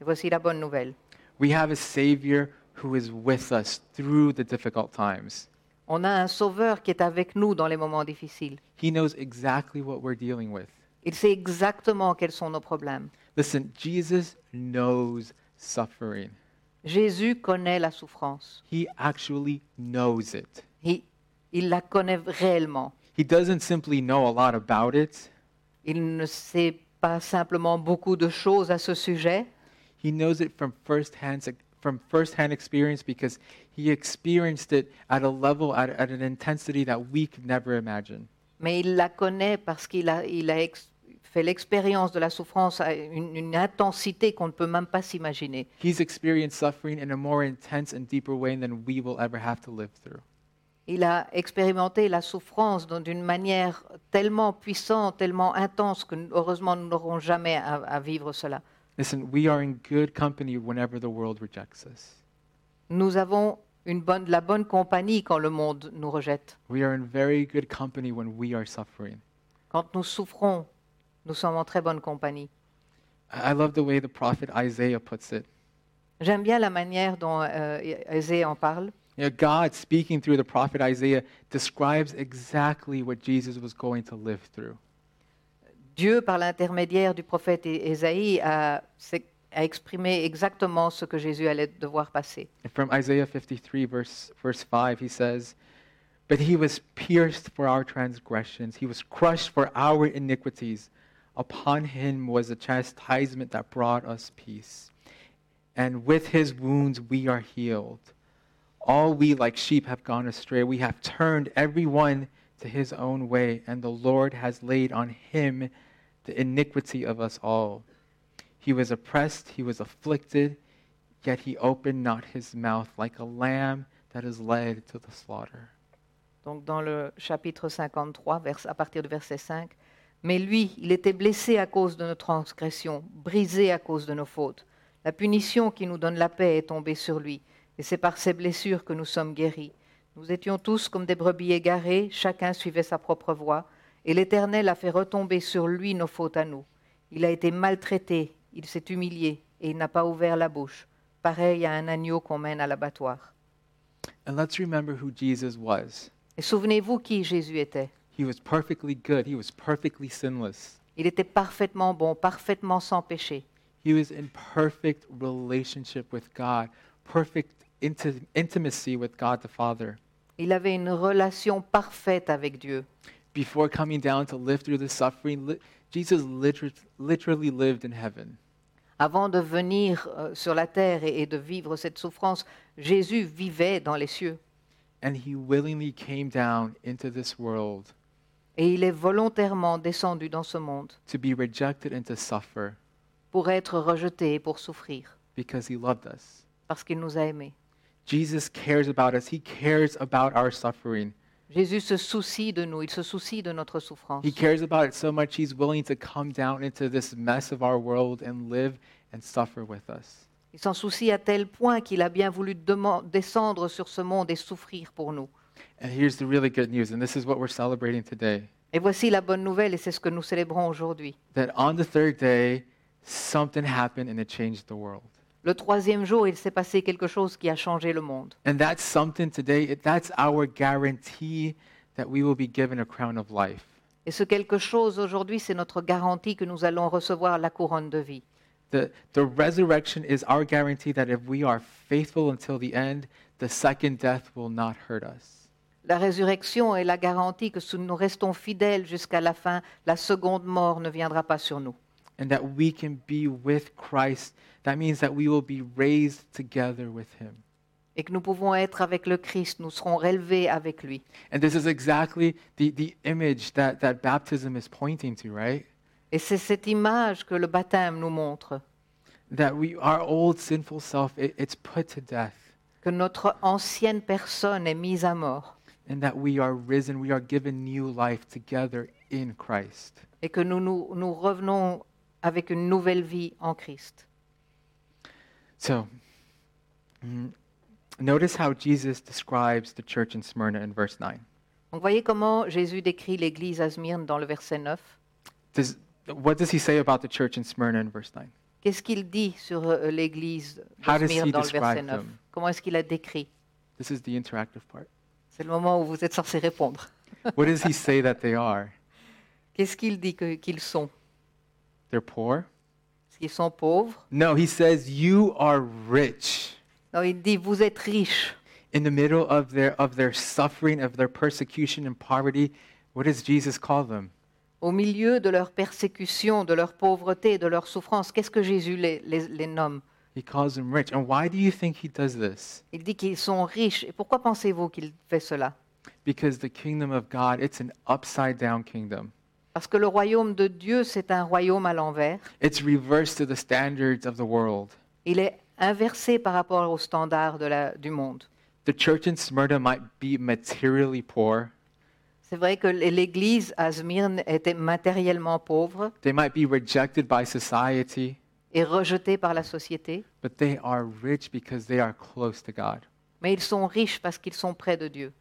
[SPEAKER 2] Et voici la bonne nouvelle.
[SPEAKER 1] we have a Savior who is with us through the difficult times.
[SPEAKER 2] On a un sauveur qui est avec nous dans les moments difficiles.
[SPEAKER 1] He knows exactly what we're dealing with.
[SPEAKER 2] Il sait exactement quels sont nos problèmes.
[SPEAKER 1] Listen, Jesus knows suffering.
[SPEAKER 2] Jésus connaît la souffrance.
[SPEAKER 1] He actually knows it.
[SPEAKER 2] Il, il la connaît réellement.
[SPEAKER 1] He doesn't simply know a lot about it,
[SPEAKER 2] Il ne sait pas simplement beaucoup de choses à ce sujet.
[SPEAKER 1] he knows it from firsthand, from firsthand experience because he experienced it at a level, at, at an intensity that we could never imagine.
[SPEAKER 2] mais il la connaît parce qu'il a, il a ex- fait l'expérience de la souffrance à une, une intensité qu'on ne peut même pas s'imaginer.
[SPEAKER 1] He's experienced suffering in a more intense and deeper way than we will ever have to live through.
[SPEAKER 2] Il a expérimenté la souffrance dans- d'une manière tellement puissante, tellement intense que heureusement nous n'aurons jamais à- à vivre cela.
[SPEAKER 1] Listen, we are in good company whenever the world rejects us.
[SPEAKER 2] Nous avons une bonne, de la bonne compagnie quand le monde nous rejette.
[SPEAKER 1] We are in very good company when we are suffering.
[SPEAKER 2] Quand nous souffrons, nous sommes en très bonne compagnie.
[SPEAKER 1] I I love the way the prophet Isaiah puts it.
[SPEAKER 2] J'aime bien la manière dont euh, Ézée en parle.
[SPEAKER 1] You know, God, speaking through the prophet Isaiah, describes exactly what Jesus was going to live through.
[SPEAKER 2] Dieu, par l'intermédiaire du prophète É- Ésaïe, a, s'est- a exprimé exactement ce que Jésus allait devoir passer.
[SPEAKER 1] And from Isaiah 53, verse, verse 5, he says, But he was pierced for our transgressions, he was crushed for our iniquities. Upon him was the chastisement that brought us peace. And with his wounds we are healed. All we like sheep have gone astray. We have turned everyone to his own way, and the Lord has laid on him the iniquity of us all. He was oppressed, he was afflicted, yet he opened not his mouth like a lamb that is led to the slaughter.
[SPEAKER 2] Donc dans le chapitre 53, vers- à partir du verset 5, Mais lui, il était blessé à cause de nos transgressions, brisé à cause de nos fautes. La punition qui nous donne la paix est tombée sur lui, et c'est par ses blessures que nous sommes guéris. Nous étions tous comme des brebis égarées, chacun suivait sa propre voie, et l'Éternel a fait retomber sur lui nos fautes à nous. Il a été maltraité, il s'est humilié, et il n'a pas ouvert la bouche, pareil à un agneau qu'on mène à l'abattoir.
[SPEAKER 1] And let's remember who Jesus was.
[SPEAKER 2] Et souvenez-vous qui Jésus était.
[SPEAKER 1] He was perfectly good, he was perfectly sinless,
[SPEAKER 2] Il était parfaitement bon, parfaitement sans péché.
[SPEAKER 1] he was in perfect relationship with God, perfect inti- intimacy with God the Father.
[SPEAKER 2] Il avait une relation parfaite avec Dieu.
[SPEAKER 1] Before coming down to live through the suffering, li- Jesus liter- literally lived in heaven.
[SPEAKER 2] Avant de venir euh, sur la terre et, et de vivre cette souffrance, Jésus vivait dans les cieux.
[SPEAKER 1] And he willingly came down into this world
[SPEAKER 2] Et il est volontairement descendu dans ce monde
[SPEAKER 1] to be rejected and to suffer
[SPEAKER 2] pour être rejeté et pour souffrir,
[SPEAKER 1] because he loved us.
[SPEAKER 2] parce qu'il nous a aimés.
[SPEAKER 1] Jesus cares about us. He cares about our suffering.
[SPEAKER 2] Jésus se soucie de nous, il se soucie de notre souffrance.
[SPEAKER 1] He cares about it so much, he's willing to come down into this mess of our world and live and suffer with us.
[SPEAKER 2] Il s'en soucie à tel point qu'il a bien voulu deman- descendre sur ce monde et souffrir pour nous.
[SPEAKER 1] And here's the really good news, and this is what we're celebrating today
[SPEAKER 2] Et voici la bonne nouvelle, et c'est ce que nous célébrons aujourd'hui.
[SPEAKER 1] that on the third day, something happened and it changed the world.
[SPEAKER 2] Le troisième jour, il s'est passé quelque chose qui a changé le monde.
[SPEAKER 1] And that's something today, it- that's our guarantee that we will be given a crown of life.
[SPEAKER 2] Et ce quelque chose aujourd'hui, c'est notre garantie que nous allons recevoir la couronne de vie.
[SPEAKER 1] The, the resurrection is our guarantee that if we are faithful until the end, the second death will not hurt us.
[SPEAKER 2] La résurrection est la garantie que si nous restons fidèles jusqu'à la fin, la seconde mort ne viendra pas sur nous.
[SPEAKER 1] and that we can be with Christ. That means that we will be raised together with him.
[SPEAKER 2] Et que nous pouvons être avec le Christ, nous serons relevés avec lui.
[SPEAKER 1] And this is exactly the, the image that, that baptism is pointing to, right?
[SPEAKER 2] Et c'est cette image que le baptême nous montre,
[SPEAKER 1] That we our old sinful self, it, it's put to death,
[SPEAKER 2] que notre ancienne personne est mise à mort
[SPEAKER 1] and that we are risen, we are given new life together in Christ.
[SPEAKER 2] et que nous, nous, nous revenons avec une nouvelle vie en Christ.
[SPEAKER 1] So mm, notice how Jesus describes the church in Smyrna in verse 9.
[SPEAKER 2] Donc voyez comment Jésus décrit l'Église à Smyrne dans le verset 9.
[SPEAKER 1] Does, what does he say about the church in Smyrna in verse 9?
[SPEAKER 2] Qu'est-ce qu'il dit sur euh, l'Église
[SPEAKER 1] How
[SPEAKER 2] de
[SPEAKER 1] does
[SPEAKER 2] Smyrne
[SPEAKER 1] he
[SPEAKER 2] dans le verset
[SPEAKER 1] describe
[SPEAKER 2] 9
[SPEAKER 1] them?
[SPEAKER 2] Comment est-ce qu'il la décrit
[SPEAKER 1] This is the interactive part.
[SPEAKER 2] C'est le moment où vous êtes censé répondre.
[SPEAKER 1] what does he say that they are?
[SPEAKER 2] Qu'est-ce qu'il dit que- qu'ils sont
[SPEAKER 1] They're poor?
[SPEAKER 2] Est-ce qu'ils sont pauvres
[SPEAKER 1] No, he says you are rich.
[SPEAKER 2] Non, il dit vous êtes riches.
[SPEAKER 1] In the middle of their of their suffering, of their persecution and poverty, what does Jesus call them?
[SPEAKER 2] Au milieu de leur persécution, de leur pauvreté, de leur souffrance, qu'est-ce que Jésus les, les- les nomme
[SPEAKER 1] He calls them rich. And why do you think he does this?
[SPEAKER 2] Il dit qu'ils sont riches. Et pourquoi pensez-vous qu'il fait cela
[SPEAKER 1] Because the kingdom of God, it's an upside down kingdom.
[SPEAKER 2] Parce que le royaume de Dieu, c'est un royaume à l'envers.
[SPEAKER 1] It's reversed to the standards of the world.
[SPEAKER 2] Il est inversé par rapport aux standards de la- du monde.
[SPEAKER 1] the church in Smyrna might be materially poor,
[SPEAKER 2] C'est vrai que l'Église à Smyrne était matériellement pauvre
[SPEAKER 1] they might be rejected by society,
[SPEAKER 2] et rejetée par la société,
[SPEAKER 1] but they are rich because they are close to God.
[SPEAKER 2] mais ils sont riches parce qu'ils sont près de Dieu.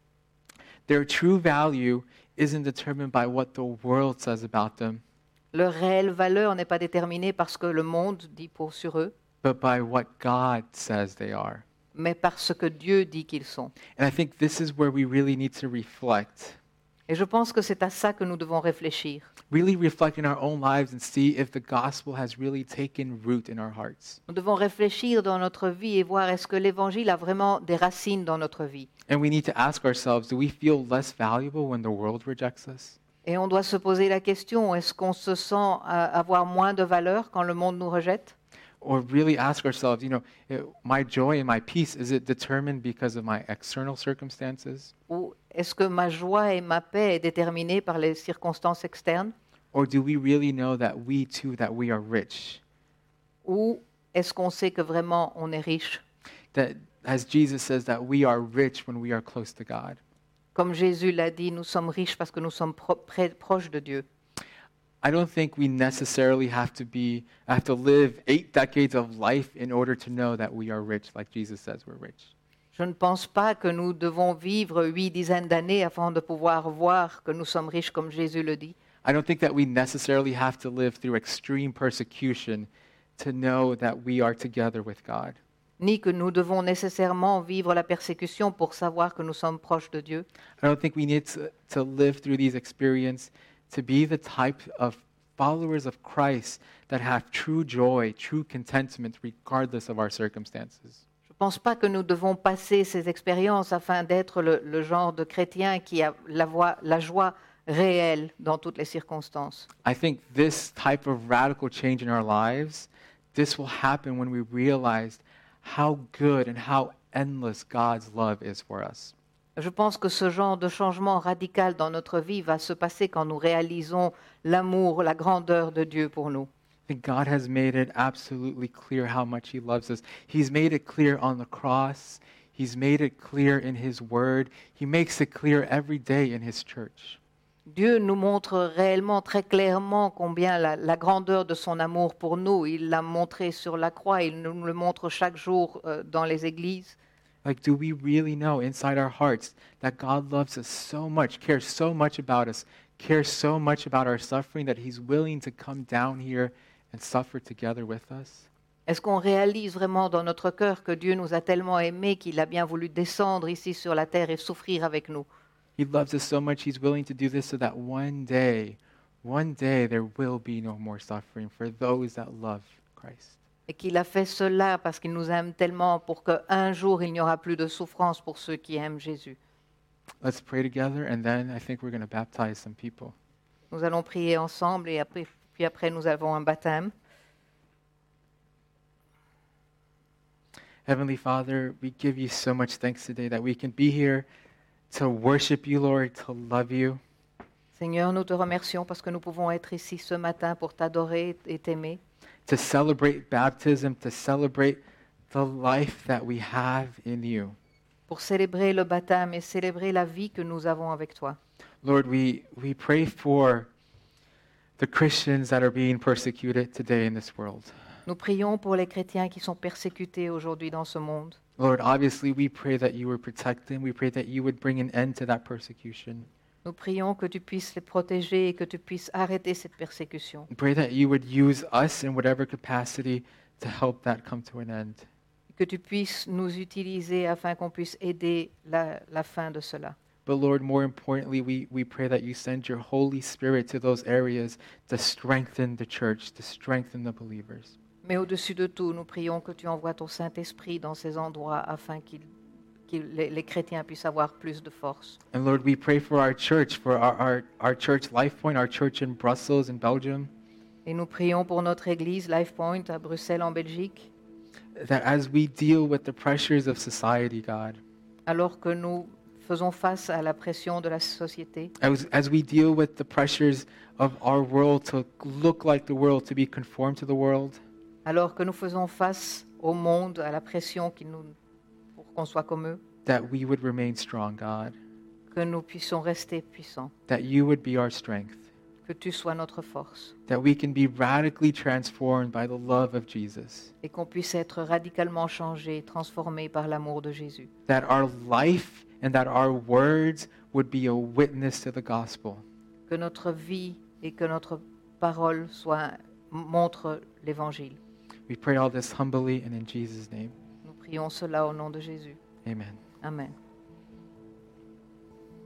[SPEAKER 1] Their true value isn't determined by what the world says about them,
[SPEAKER 2] Leur réelle valeur n'est pas déterminée par ce que le monde dit pour sur eux,
[SPEAKER 1] but by what God says they are.
[SPEAKER 2] mais par ce que Dieu dit qu'ils sont.
[SPEAKER 1] And I think this is where we really need to reflect.
[SPEAKER 2] Et je pense que c'est à ça que nous devons réfléchir.
[SPEAKER 1] Really reflect in our own lives and see if the gospel has really taken root in our hearts.
[SPEAKER 2] Nous devons réfléchir dans notre vie et voir est-ce que l'Évangile a vraiment des racines dans notre vie.
[SPEAKER 1] And we need to ask ourselves do we feel less valuable when the world rejects us?
[SPEAKER 2] Et on doit se poser la question, est-ce qu'on se sent euh, avoir moins de valeur quand le monde nous rejette
[SPEAKER 1] Or really ask ourselves, you know, eh, my joy and my peace, is it determined because of my external circumstances?
[SPEAKER 2] Ou est-ce que ma joie et ma paix est déterminée par les circonstances externes
[SPEAKER 1] Or do we really know that we too, that we are rich?
[SPEAKER 2] Ou est-ce qu'on sait que vraiment on est riche
[SPEAKER 1] That, as Jesus says, that we are rich when we are close to God.
[SPEAKER 2] Comme Jésus l'a dit, nous sommes riches parce que nous sommes pro- près- proches de Dieu.
[SPEAKER 1] I don't think we necessarily have to be, have to live eight decades of life in order to know that we are rich, like Jesus says we're rich.
[SPEAKER 2] Je ne pense pas que nous devons vivre huit dizaines d'années avant de pouvoir voir que nous sommes riches comme Jésus le dit.
[SPEAKER 1] I don't think that we necessarily have to live through extreme persecution to know that we are together with God.
[SPEAKER 2] ni que nous devons nécessairement vivre la persécution pour savoir que nous sommes proches de Dieu.
[SPEAKER 1] I don't think we need to, to live through these experiences to be the type of followers of Christ that have true joy, true contentment, regardless of our circumstances.
[SPEAKER 2] Je ne pense pas que nous devons passer ces expériences afin d'être le, le genre de chrétien qui a la, voie- la joie réelle dans toutes les circonstances.
[SPEAKER 1] I think this type of radical change in our lives, this will happen when we realize how good and how endless God's love is for us.
[SPEAKER 2] Je pense que ce genre de changement radical dans notre vie va se passer quand nous réalisons l'amour, la grandeur de Dieu pour nous.
[SPEAKER 1] I think God has made it absolutely clear how much He loves us. He's made it clear on the cross. He's made it clear in His Word. He makes it clear every day in His church.
[SPEAKER 2] Dieu nous montre réellement, très clairement, combien la, la grandeur de son amour pour nous, il l'a montré sur la croix, il nous le montre chaque jour euh, dans les églises.
[SPEAKER 1] Like, do we really know inside our hearts that God loves us so much, cares so much about us, cares so much about our suffering that He's willing to come down here and suffer together with us?
[SPEAKER 2] Est-ce qu'on réalise vraiment dans notre cœur que Dieu nous a tellement aimés qu'il a bien voulu descendre ici sur la terre et souffrir avec nous
[SPEAKER 1] He loves us so much, He's willing to do this so that one day, one day, there will be no more suffering for those that love Christ.
[SPEAKER 2] Et qu'il a fait cela parce qu'il nous aime tellement pour qu'un jour il n'y aura plus de souffrance pour ceux qui aiment Jésus.
[SPEAKER 1] Let's pray together, and then I think we're going to baptize some people.
[SPEAKER 2] Nous allons prier ensemble et après- puis après nous avons un baptême.
[SPEAKER 1] Heavenly Father, we give you so much thanks today that we can be here to worship you, Lord, to love you.
[SPEAKER 2] Seigneur, nous te remercions parce que nous pouvons être ici ce matin pour t'adorer et t'aimer,
[SPEAKER 1] to celebrate baptism, to celebrate the life that we have in you.
[SPEAKER 2] pour célébrer le baptême et célébrer la vie que nous avons avec toi.
[SPEAKER 1] Lord, we, we pray for the Christians that are being persecuted today in this world.
[SPEAKER 2] Nous prions pour les chrétiens qui sont persécutés aujourd'hui dans ce monde.
[SPEAKER 1] Lord, obviously, we pray that you would protect them. We pray that you would bring an end to that persecution.
[SPEAKER 2] Nous prions que tu puisses les protéger et que tu puisses arrêter cette persécution.
[SPEAKER 1] We pray that you would use us in whatever capacity to help that come to an end.
[SPEAKER 2] Que tu puisses nous utiliser afin qu'on puisse aider la, la fin de cela.
[SPEAKER 1] But Lord, more importantly, we, we pray that you send your Holy Spirit to those areas to strengthen the church, to strengthen the believers.
[SPEAKER 2] Mais au-dessus de tout, nous prions que tu envoies ton Saint-Esprit dans ces endroits afin que les, les chrétiens puissent avoir plus de force.
[SPEAKER 1] And Lord, we pray for our church, for our, our, our church, Life Point, our church in Brussels, in Belgium,
[SPEAKER 2] Et nous prions pour notre Église LifePoint à Bruxelles, en Belgique,
[SPEAKER 1] that as we deal with the pressures of society, God,
[SPEAKER 2] alors que nous faisons face à la pression de la société,
[SPEAKER 1] as, as we deal with the pressures of our world to look like the world, to be conformed to the world,
[SPEAKER 2] alors que nous faisons face au monde, à la pression qui nous, pour qu'on soit comme eux.
[SPEAKER 1] that we would remain strong, God,
[SPEAKER 2] que nous puissions rester puissants,
[SPEAKER 1] that you would be our strength,
[SPEAKER 2] que tu sois notre force
[SPEAKER 1] that we can be radically transformed by the love of Jesus,
[SPEAKER 2] et qu'on puisse être radicalement changés, transformés par l'amour de Jésus,
[SPEAKER 1] that our life and that our words would be a witness to the gospel,
[SPEAKER 2] que notre vie et que notre parole soient, montrent l'Évangile.
[SPEAKER 1] We pray all this humbly and in Jesus' name.
[SPEAKER 2] Nous prions cela au nom de Jésus.
[SPEAKER 1] Amen.
[SPEAKER 2] Amen.